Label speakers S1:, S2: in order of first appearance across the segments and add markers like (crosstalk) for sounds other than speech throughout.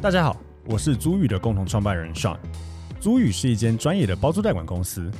S1: 大家好，我是租宇的共同创办人 Sean。租宇是一间专业的包租代管公司，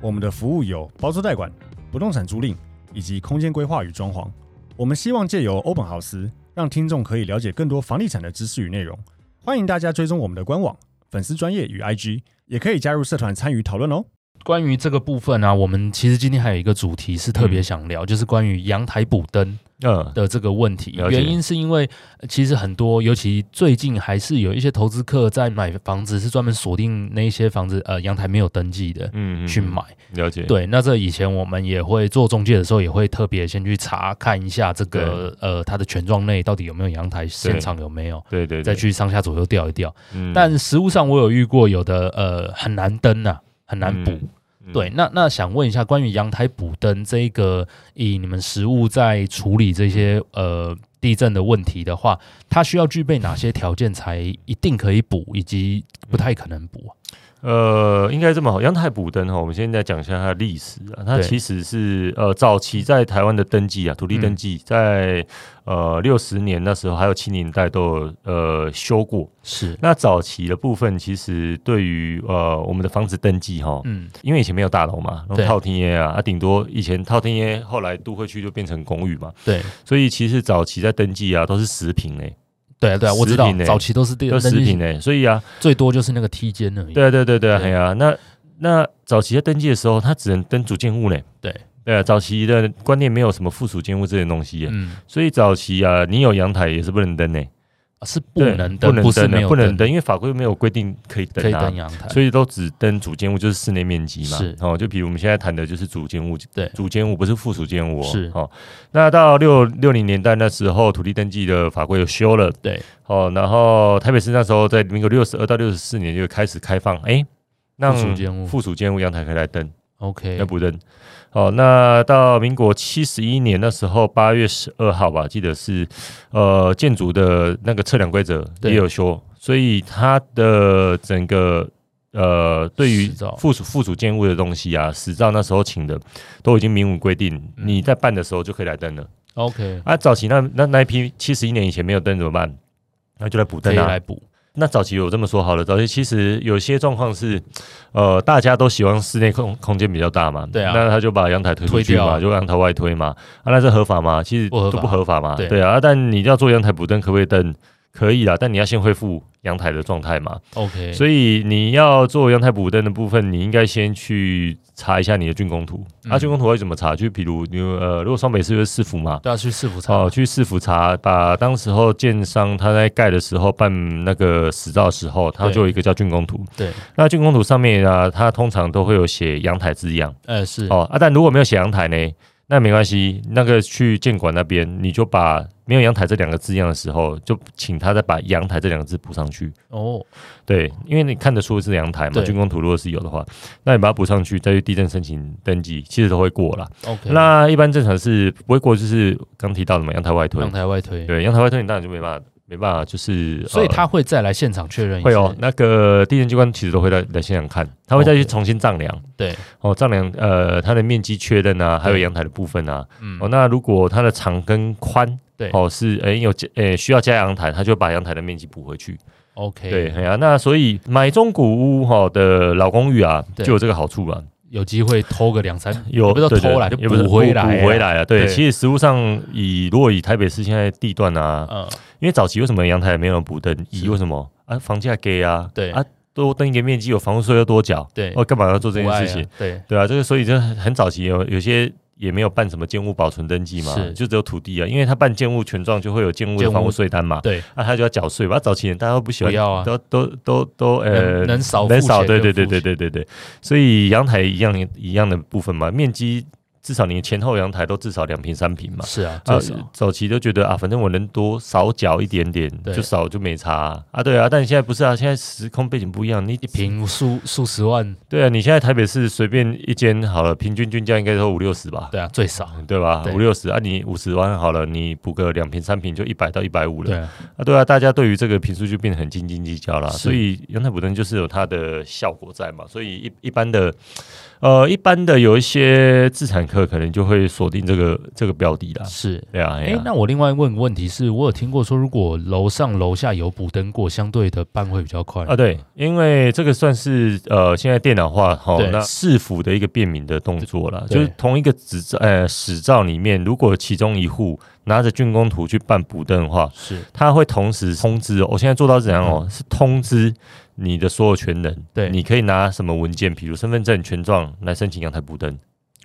S1: 我们的服务有包租代管、不动产租赁以及空间规划与装潢。我们希望借由欧本豪斯，让听众可以了解更多房地产的知识与内容。欢迎大家追踪我们的官网、粉丝专业与 IG，也可以加入社团参与讨论哦。
S2: 关于这个部分啊，我们其实今天还有一个主题是特别想聊，就是关于阳台补灯
S3: 嗯，
S2: 的这个问题。
S3: 了解
S2: 原因是因为呃其实很多，尤其最近还是有一些投资客在买房子是专门锁定那一些房子，呃，阳台没有登记的。
S3: 嗯，嗯
S2: 去买，
S3: 了解，，
S2: 对，那这以前我们也会做中介的时候，也会特别先去查看一下这个呃它的权状内到底有没有阳台，现场有没有，
S3: 对对，
S2: 再，去上下左右调一调。
S3: 嗯
S2: 但实物上我有遇过有的呃很难登啊，很难补，，
S3: 嗯
S2: 对，，那那想问一下，关于阳台补灯这一个，以你们实物在处理这些
S3: 嗯
S2: 呃地震的问题的话，它需要具备哪些条件才一定可以补，以及不太可能补啊、
S3: 呃，应该这么好。阳台补灯哈，我们现在讲一下它的历史啊。它
S2: 对嗯
S3: 其实是呃，早期在台湾的登记啊，土地登记在呃六十年那时候，还有七年代都有呃修过。
S2: 是，
S3: 那早期的部分，其实对于呃我们的房子登记哈，
S2: 嗯，
S3: 因为以前没有大楼嘛，然后
S2: 对
S3: 套厅耶啊，啊顶多以前套厅耶，后来都会区就变成公寓嘛，
S2: 对，
S3: 所以其实早期在登记啊都是十平诶，
S2: 对啊，对啊，我知
S3: 食
S2: 道
S3: 品，欸
S2: 早期都是这
S3: 都
S2: 个
S3: 十
S2: 登
S3: 平
S2: 记，
S3: 诶，所以啊，
S2: 最多就是那个梯间而已。
S3: 对啊，对对对啊，
S2: 对
S3: 哎呀、那那早期在登记的时候，他只能登主建物呢。
S2: 对
S3: 对啊，早期的观念没有什么附属建物这些东西耶、
S2: 嗯，
S3: 所以早期啊，你有阳台也是不能登呢，
S2: 啊是不
S3: 对
S2: 能
S3: 不
S2: 登，
S3: 能
S2: 是
S3: 登
S2: 没
S3: 的，
S2: 有
S3: 不能，登，因为法规没有规定可以登
S2: 可以
S3: 啊
S2: 登。阳台。
S3: 所以都只登主建物，就是室内面积嘛。
S2: 是
S3: 哦，就比如我们现在谈的就是主建物，
S2: 对
S3: 主建物不是附属建物、哦。
S2: 是
S3: 哦。那到六六零年代那时候，土地登记的法规有修了，
S2: 对，
S3: 哦，然后台北市那时候在民国六十二到六十四年就开始开放，哎，让
S2: 附属建物
S3: 附属建物阳台可以来登，
S2: OK，
S3: 要补登。哦，那到民国七十一年那时候，八月十二号吧，记得是呃建筑的那个测量规则
S2: 对
S3: 也有修，所以它的整个呃对于
S2: 实照
S3: 附属附属建物的东西啊，实照那时候请的都已经明文规定，
S2: 嗯
S3: 你在办的时候就可以来登了。
S2: OK，
S3: 啊，早期那那那一批七十一年以前没有登怎么办？那就来补
S2: 可
S3: 登
S2: 以
S3: 啊！
S2: 来补，
S3: 那早期有这么说好了，早期其实有些状况是，呃，大家都喜欢室内空空间比较大嘛，
S2: 对啊
S3: 那他就把阳台推出去
S2: 推
S3: 嘛，
S2: 掉啊
S3: 就阳台外推嘛，啊，那是合法吗？其实
S2: 不合
S3: 都
S2: 法
S3: 不合法嘛，
S2: 对
S3: 对啊，啊但你要做阳台补灯，可不可以灯？可以啦，但你要先恢复阳台的状态嘛，
S2: OK，
S3: 所以你要做阳台补灯的部分，你应该先去查一下你的竣工图，
S2: 嗯
S3: 啊，竣工图会怎么查？就比如你呃，如果双北市就是市府嘛，
S2: 都要啊去市府查。
S3: 哦，去市府查，把当时候建商他在盖的时候办那个实照的时候，他
S2: 对
S3: 就有一个叫竣工图。
S2: 对，
S3: 那竣工图上面啊，它通常都会有写阳台字样。
S2: 呃，是
S3: 哦啊，但如果没有写阳台呢，那没关系，那个去建管那边你就把没有阳台这两个字样的时候，就请他再把阳台这两个字补上去。
S2: 哦，
S3: 对，因为你看得出是阳台嘛，
S2: 对
S3: 竣工图如果是有的话，那你把它补上去，再去地震申请登记，其实都会过啦。
S2: OK，
S3: 那一般正常是不会过，就是刚提到的嘛，阳台外推
S2: 阳。台外推，
S3: 对，阳台外推你当然就没办法，没办法，就是
S2: 所以
S3: 呃
S2: 他会再来现场确认一次。
S3: 会哦，那个地震机关其实都会来来现场看，他会再去
S2: OK
S3: 重新丈量
S2: 哦对，
S3: 哦，丈量呃它的面积确认啊，还有
S2: 对
S3: 阳台的部分啊。
S2: 嗯
S3: 哦，，那如果它的长跟宽
S2: 对
S3: 哦是诶有加诶需要加阳台，他就把阳台的面积补回去。
S2: ，OK，
S3: 对，，哎呀、那所以买中古屋哈、的老公寓啊，
S2: 对
S3: 就有这个好处啊，
S2: 有机会偷个
S3: (laughs)
S2: 两三，
S3: 有
S2: 也不是
S3: 对对
S2: 偷啦，就
S3: 也不是
S2: 补回来，
S3: 补回，来啊。对，
S2: 对
S3: 其实实物上以如果以台北市现在地段啊，
S2: 嗯，
S3: 因为早期为什么阳台没有人补灯？一
S2: 是
S3: 为什么啊？房价给啊，
S2: 对
S3: 啊，多登一个面积有房屋税要多缴，
S2: 对，
S3: 哦，干嘛要做这
S2: 不
S3: 件
S2: 爱啊
S3: 事情？，
S2: 对，
S3: 对啊，这个所以这很早期有有些也没有办什么建物保存登记嘛
S2: 是，
S3: 就只有土地啊，因为他办建物权状就会有建物的
S2: 建物
S3: 房屋税单嘛，
S2: 对，
S3: 那他就要缴税嘛。啊早期人大家都不喜欢，
S2: 不要啊
S3: 都都都都呃
S2: 能能少
S3: 能
S2: 付
S3: 少，
S2: 钱
S3: 对
S2: 就
S3: 对对
S2: 付
S3: 对对对对，所以阳台一样一样的部分嘛，面积至少你前后阳台都至少两平三平嘛，
S2: 是啊，
S3: 啊
S2: 最少，
S3: 早期都觉得啊，反正我能多少缴一点点，
S2: 对
S3: 就少就没差啊啊对啊，但现在不是啊，现在时空背景不一样，你
S2: 一瓶数数十万，
S3: 对啊，你现在台北市随便一间好了，平均均价应该都五六十吧，
S2: 对啊，最少，
S3: 对吧？
S2: 对
S3: 五六十啊，你五十万好了，你补个两瓶三瓶就一百到一百五了
S2: 对啊，
S3: 啊，对啊，大家对于这个评数就变得很斤斤计较啦，
S2: 是
S3: 所以阳台补灯就是有它的效果在嘛，所以一一般的呃，一般的有一些自产课可能就会锁定这个这个标的啦。
S2: 是。
S3: 对啊，哎、
S2: 哎，那我另外问个问题是，我有听过说，如果楼上楼下有补灯过，相对的办会比较快
S3: 啊，对，因为这个算是呃，现在电脑化哈、
S2: 对
S3: 那市府的一个便民的动作啦，
S2: 对
S3: 就是同一个执照呃史照里面，如果其中一户拿着竣工图去办补登的话，
S2: 是
S3: 他会同时通知哦，我、现在做到怎样哦，是通知你的所有权人，
S2: 嗯对
S3: 你可以拿什么文件，比如身份证、权状来申请阳台补登。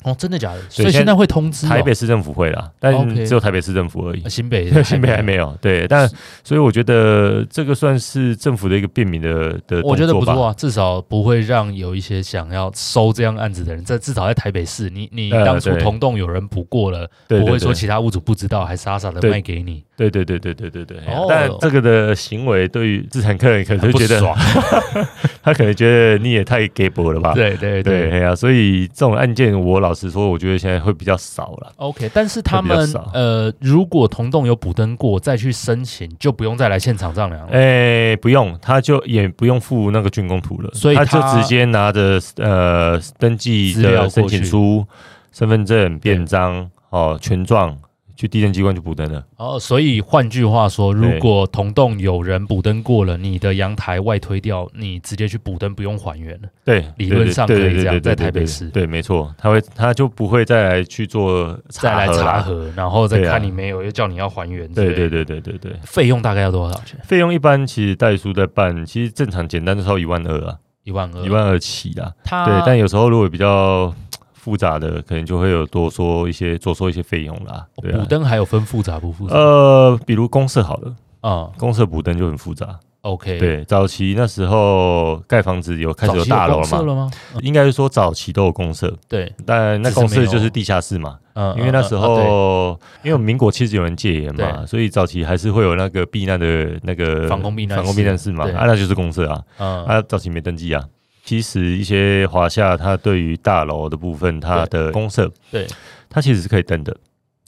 S2: 哦，真的假的？所以
S3: 现
S2: 现在
S3: 在
S2: 会通知哦
S3: 台北市政府会啦，但
S2: OK
S3: 只有台北市
S2: (laughs)
S3: 政府而已
S2: 呃。新北
S3: 新北还 (laughs) 没有，对，但所以我觉得这个算是政府的一个便民的的，
S2: 我觉得不错。啊，至少不会让有一些想要收这样案子的人，在至少在台北市，你你
S3: 呃
S2: 当初
S3: 对
S2: 同栋有人补过了，
S3: 对
S2: 不
S3: 对
S2: 会说
S3: 对
S2: 其他屋主不知道还傻傻的
S3: 对
S2: 卖给你，
S3: 对对对对对对对。
S2: 哦
S3: 但这个的行为对于自产客人可能就觉
S2: 很不
S3: 得
S2: 爽，
S3: 他可能觉得你也太 gay 博了吧？
S2: 对对
S3: 对
S2: 对。
S3: 哎呀，所以这种案件，我老实说，我觉得现在会比较少了。
S2: OK，但是他
S3: 会
S2: 们
S3: 比较少
S2: 呃，如果同栋有补登过，再去申请就不用再来现场丈量了。
S3: 哎，不用，他就也不用附那个竣工图了，
S2: 所以
S3: 他
S2: 他
S3: 就直接拿着呃登记
S2: 资料过
S3: 的
S2: 去
S3: 申请书、身份证、便章、哦权状去地震机关去补登了。
S2: 哦，所以换句话说，
S3: 对
S2: 如果同栋有人补登过了，你的阳台外推掉，你直接去补登，不用还原了。
S3: 对，
S2: 理论上可以
S3: 对对
S2: 这样
S3: 对对
S2: 在
S3: 对
S2: 台北
S3: 对
S2: 市
S3: 对，没错，他会他就不会再来去做
S2: 再来
S3: 核啦
S2: 查核，然后再
S3: 对啊
S2: 看你没有，又叫你要还原。
S3: 对对，对对对对，
S2: 费用大概要多少钱？
S3: 费用一般其实代书在办，其实正常简单的超一万二啊，
S2: 一万二，
S3: 一万二起啦。
S2: 他
S3: 对，但有时候如果比较复杂的，可能就会有多说一些多说一些费用啦。对
S2: 哦补
S3: 啊，
S2: 灯还有分复杂不复杂？
S3: 呃，比如公社好了，
S2: 啊
S3: 公社补灯就很复杂。
S2: ，OK，，
S3: 对，早期那时候盖房子有开始有大楼了嘛，
S2: 了吗？
S3: 应该是说早期都有公社，
S2: 对，
S3: 但那
S2: 只是
S3: 公社
S2: 没有
S3: 就是地下室嘛，
S2: 嗯，
S3: 因为那
S2: 嗯
S3: 时
S2: 嗯
S3: 候，因为民国七十九年戒严嘛，
S2: 对
S3: 所以早期还是会有那个避难的那个
S2: 防空避难
S3: 防空避难室嘛，
S2: 对
S3: 啊，那就是公社啊，
S2: 嗯，嗯
S3: 啊，早期没登记啊。其实一些华夏，它对于大楼的部分，它的公社，
S2: 对，
S3: 它其实是可以登的，啊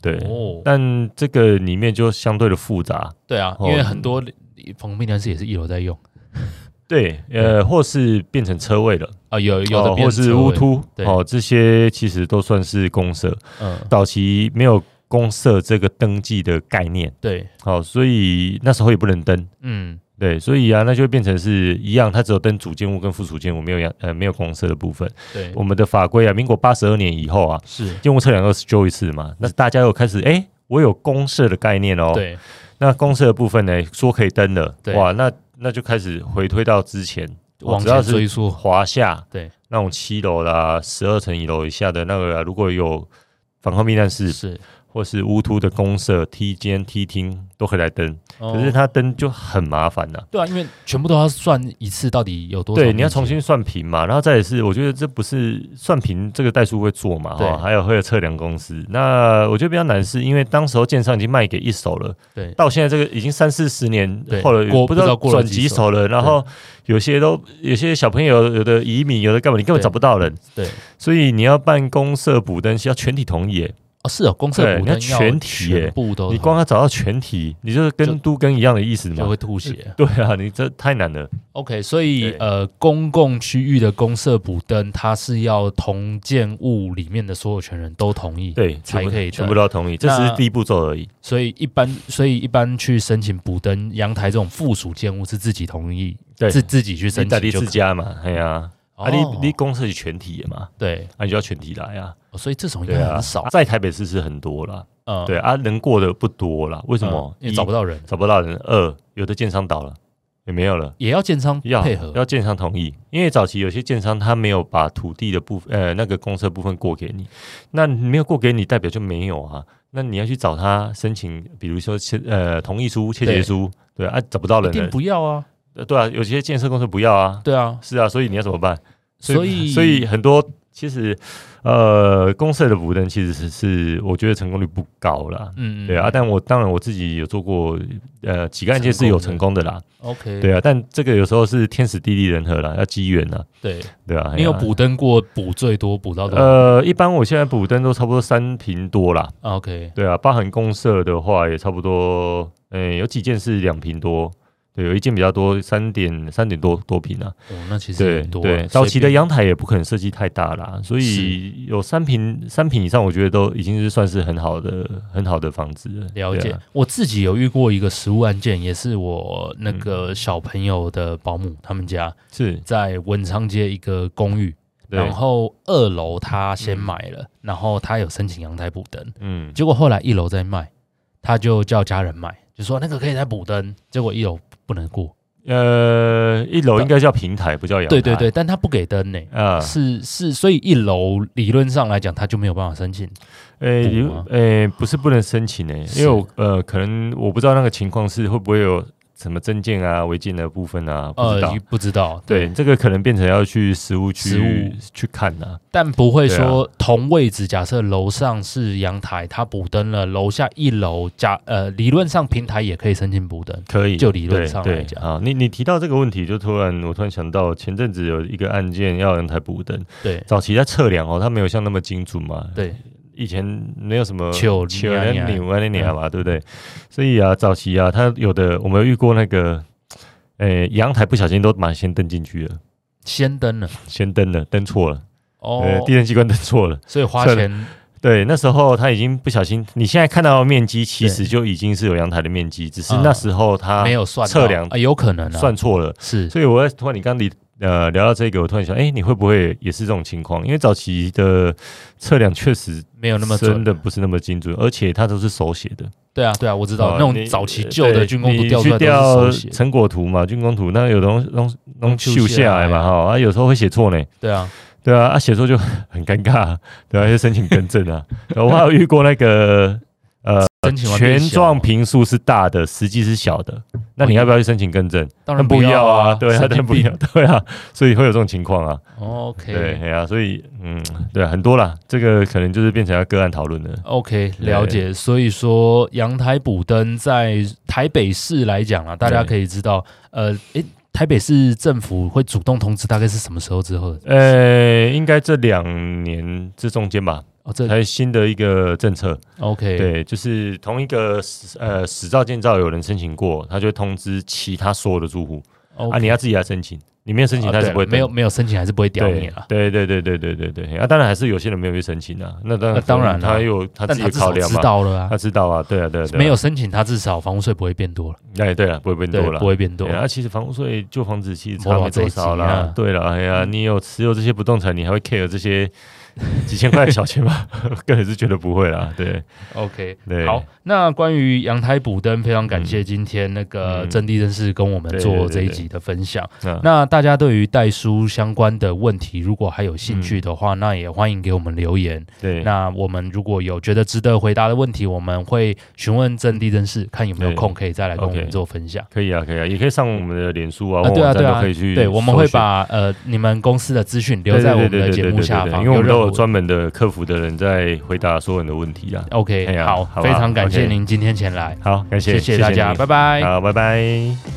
S3: 对。
S2: 哦，
S3: 但这个里面就相对的复杂，
S2: 对啊，因
S3: 哦
S2: 为很多防空避难室也是一楼在用
S3: 对，呃，或是变成车位了，
S2: 啊，有有的
S3: 哦
S2: 变
S3: 或是乌
S2: 成车位，
S3: 突，
S2: 对
S3: 哦，这些其实都算是公社。
S2: 嗯，
S3: 早期没有公社这个登记的概念，
S2: 对，
S3: 好、所以那时候也不能登，
S2: 嗯，
S3: 对，所以啊，那就会变成是一样，它只有登主建物跟附属建物，没有阳呃没有公社的部分。
S2: 对，
S3: 我们的法规啊，民国八十二年以后啊，
S2: 是，
S3: 建物测量二十修一次嘛，那大家有开始哎。诶我有公社的概念哦，，
S2: 嗯对，
S3: 那公社的部分呢，说可以登了
S2: 对，
S3: 哇，那那就开始回推到之前，
S2: 往
S3: 只要
S2: 前
S3: 是
S2: 追溯，
S3: 华夏
S2: 对，
S3: 那种七楼啦、十二层一楼以下的那个啊、如果有防空避难室
S2: 是，
S3: 或是乌突的公社、梯间、梯厅都可以来登，可
S2: 可
S3: 是它登就很麻烦呐、
S2: 哦对啊，因为全部都要算一次到底有多少面
S3: 对，
S2: 积，
S3: 你要重新算平嘛，然后再也是，我觉得这不是算平这个代数会做嘛，
S2: 对
S3: 哈，还有会有测量公司。那我觉得比较难是因为当时候建商已经卖给一手了，
S2: 对
S3: 到现在这个已经三四十年
S2: 对
S3: 后了，
S2: 过不
S3: 不
S2: 知道过了
S3: 转
S2: 几
S3: 几
S2: 手
S3: 手了，然后有些都有些小朋友有的移民，有的干嘛，你根本
S2: 对
S3: 找不到人，
S2: 对。
S3: 所以你要办公社补登需要全体同意耶，
S2: 哦，是哦，公社
S3: 对
S2: 股
S3: 你要
S2: 灯要
S3: 全体耶
S2: 全部都
S3: 你光要找到全体，你就是
S2: 就
S3: 跟都跟一样的意思
S2: 就
S3: 嘛
S2: 会。吐血。
S3: 对啊，你这太难了。
S2: OK，所以
S3: 对
S2: 呃，公共区域的公社补灯，它是要同建物里面的所有权人都同意。，
S3: 对，
S2: 才
S3: 全部
S2: 可以
S3: 全部都要同意，这只
S2: 那
S3: 是第一步骤而已。
S2: 所以一般，所以一般去申请补灯阳台这种附属建物是自己同意，
S3: 对
S2: 自自己去申
S3: 你打
S2: 请
S3: 第
S2: 就
S3: 四
S2: 可以。
S3: 家嘛，哎呀，
S2: 哦
S3: 啊你你公司是全体的嘛，
S2: 对，
S3: 啊你就要全体来啊，
S2: 哦所以这种应
S3: 对
S2: 该
S3: 啊，
S2: 很少
S3: 啊。在台北市是很多啦，
S2: 嗯，
S3: 对啊，能过的不多啦，为
S2: 嗯，
S3: 什么？
S2: 也找不
S3: 到
S2: 到人，
S3: 找不到人，二有的建商倒了也没有了。
S2: 也要建商
S3: 要
S2: 配合。
S3: 要建商同意，因为早期有些建商他没有把土地的部分，呃，那个公社部分过给你，那你没有过给你，代表就没有啊。那你要去找他申请，比如说切呃同意书、切结书，对啊，找不到
S2: 一
S3: 人
S2: 定
S3: 了
S2: 不要啊，
S3: 呃，对啊，有些建设公司不要啊，
S2: 对啊，
S3: 是啊，所以你要怎么办？
S2: 所以
S3: 所以很多其实呃，公社的补登其实是是我觉得成功率不高啦。
S2: 嗯，嗯
S3: 对啊，但我当然我自己有做过，呃，几个案件是有成功的啦。
S2: ，OK，
S3: 对啊，但这个有时候是天时地利人和啦，要机缘啦。
S2: 对，
S3: 对啊，
S2: 你有
S3: 哎呀
S2: 补灯过补最多补到多少
S3: 呃，一般我现在补登都差不多三平多啦。啊
S2: ？OK，
S3: 哎对啊，包含公社的话也差不多，嗯、有几件是两平多，对，有一间比较多，三点三点多多平啊。
S2: 哦，那其实
S3: 对
S2: 很多啊、
S3: 对，早期的
S2: 随便
S3: 阳台也不可能设计太大啦，所以有三平三平以上，我觉得都已经是算是很好的很好的房子了。
S2: 了
S3: 对
S2: 解
S3: 啊，
S2: 我自己有遇过一个实物案件，也是我
S3: 嗯
S2: 那个小朋友的保姆他们家
S3: 是，
S2: 在文昌街一个公寓，然
S3: 对，
S2: 后二楼他先买了，然后他有申请阳台补灯，
S3: 嗯，
S2: 结果后来一楼在卖，他就叫家人买，就说那个可以再补灯，结果一楼不能过，
S3: 呃，一楼应该叫平台，不叫阳台。
S2: 对对对，，但他不给灯呢、
S3: 啊，
S2: 是是，所以一楼理论上来讲，他就没有办法申请。
S3: 诶、
S2: 补
S3: 呃有
S2: 吗
S3: 诶、不是不能申请诶、
S2: 是
S3: 因为我呃，可能我不知道那个情况是会不会有什么证件啊、违建的部分啊，不知道。
S2: 呃，不知道，
S3: 对，这个可能变成要去实物
S2: 实
S3: 去
S2: 物
S3: 去看呐、啊。
S2: 但不会说
S3: 对啊
S2: 同位置，假设楼上是阳台，它补灯了，楼下一楼加呃，理论上平台也可以申请补灯。
S3: 可以，
S2: 就理论上
S3: 对
S2: 来
S3: 对
S2: 讲
S3: 啊，你你提到这个问题，就突然我突然想到，前阵子有一个案件要阳台补灯，
S2: 对
S3: 早期在测量哦，它没有像那么精准嘛，
S2: 对，
S3: 以前没有什么
S2: 球嗯
S3: 球
S2: 呀呀
S3: 扭啊那年嘛，对不对？所以啊，早期啊，它有的我们遇过那个，诶，阳台不小心都马上先登进去了，
S2: 先登了
S3: 先登了，登错了，
S2: 哦，
S3: 呃，地震机关登错了。
S2: 所以花
S3: 算
S2: 钱
S3: 对，那时候他已经不小心，你现在看到的面积其
S2: 对
S3: 实就已经是有阳台的面积，只是
S2: 嗯
S3: 那时候他
S2: 没有算到
S3: 测量
S2: 啊，有可能啊，
S3: 算错了。
S2: 是
S3: 所以我在突然你刚离呃聊到这个，我突然想，哎、你会不会也是这种情况？因为早期的测量确实
S2: 没有那么
S3: 真
S2: 准
S3: 的。不是那么精准，而且它都是手写的。
S2: 对啊，对啊，我知道
S3: 啊
S2: 那种
S3: 你
S2: 早期旧的
S3: 对
S2: 军工图
S3: 你
S2: 调出
S3: 去
S2: 来都是
S3: 调
S2: 手写的，
S3: 成果图嘛，军工图那有的东东
S2: 弄
S3: 东
S2: 秀
S3: 秀
S2: 下
S3: 下
S2: 来
S3: 来嘛
S2: 啊
S3: 哈，啊有时候会写错呢，
S2: 对啊，
S3: 对啊，啊写错就 (laughs) 很尴尬啊，对啊，就申请更正啊。 (laughs) 我还有遇过那个呃
S2: 申请完变
S3: 权
S2: 小啊
S3: 状平数是大的，实际是小的，那你要不要去申请更正？
S2: 当
S3: 那
S2: 然
S3: 不
S2: 要
S3: 要啊，对啊，
S2: 神
S3: 当然
S2: 经
S3: 不
S2: 病哦
S3: 要， (laughs) 对啊，所以会有这种情况啊，对，
S2: OK
S3: 哎呀，所以嗯，对啊，很多啦，这个可能就是变成要个案讨论了。
S2: OK，了解。所以说，阳台补灯在台北市来讲啊，大家
S3: 对
S2: 可以知道，呃，诶，台北市政府会主动通知，大概是什么时候之后的？
S3: 呃，应该这两年这中间吧，
S2: 哦，这
S3: 还有新的一个政策，
S2: OK，，
S3: 对，就是同一个实呃实照建造有人申请过，他就会通知其他所有的住户啊，你要自己来申请，你没有申请他是不会
S2: 啊
S3: 登、
S2: 没有没有申请还是不会屌你
S3: 对
S2: 啦。
S3: 对对对对对对对啊，当然还是有些人没有去申请啊，那当
S2: 那
S3: 然
S2: 当然啊
S3: 他有他
S2: 但
S3: 自
S2: 他
S3: 己
S2: 至
S3: 考
S2: 少
S3: 量
S2: 知
S3: 嘛，
S2: 道了啊
S3: 他，知道啊，对啊对啊，对啊
S2: 没有申请，他至少房屋税不会变多了，
S3: 哎对了，不会变
S2: 对
S3: 多，了
S2: 不。会变多
S3: 对。啊，其实房屋税旧房子其实
S2: 没
S3: 差
S2: 多
S3: 没
S2: 少
S3: 多少
S2: 钱啊
S3: 啦。对了，哎呀，你有持有这些不动产，你还会 care 这些几千块的小钱吗？ (laughs) 我个人是觉得不会啦。对
S2: OK，
S3: 对，
S2: 好，，那关于阳台补灯，非常感谢今天那个
S3: 嗯
S2: 真地真事跟我们
S3: 对
S2: 做
S3: 对对
S2: 这一
S3: 对
S2: 集的分享。
S3: 那
S2: 那大家对于代书相关的问题，如果还有兴趣的话，那也欢迎给我们留言。
S3: 嗯对，
S2: 那我们如果有觉得值得回答的问题，我们会询问真地真事，看有没有
S3: 对
S2: 空可以再来跟我们
S3: OK
S2: 做分享。
S3: 可以啊，可以啊，也可以上我们的脸书啊，
S2: 啊，
S3: 或
S2: 对啊，
S3: 网
S2: 对
S3: 站
S2: 啊
S3: 都可以，去搜寻。
S2: 对，我们会把呃你们公司的资讯
S3: 对
S2: 留在我们
S3: 对
S2: 的
S3: 对对
S2: 节
S3: 对
S2: 目
S3: 对
S2: 下
S3: 对
S2: 方，
S3: 因为我们都
S2: 任
S3: 有
S2: 何
S3: 专门的客服的人在回答所有人的问题啊。
S2: OK，
S3: 哎呀
S2: 好，
S3: 好吧
S2: 非常感谢
S3: OK
S2: 您今天前来，
S3: 好，感谢
S2: 谢大家，
S3: 你
S2: 拜拜。
S3: 好，拜拜。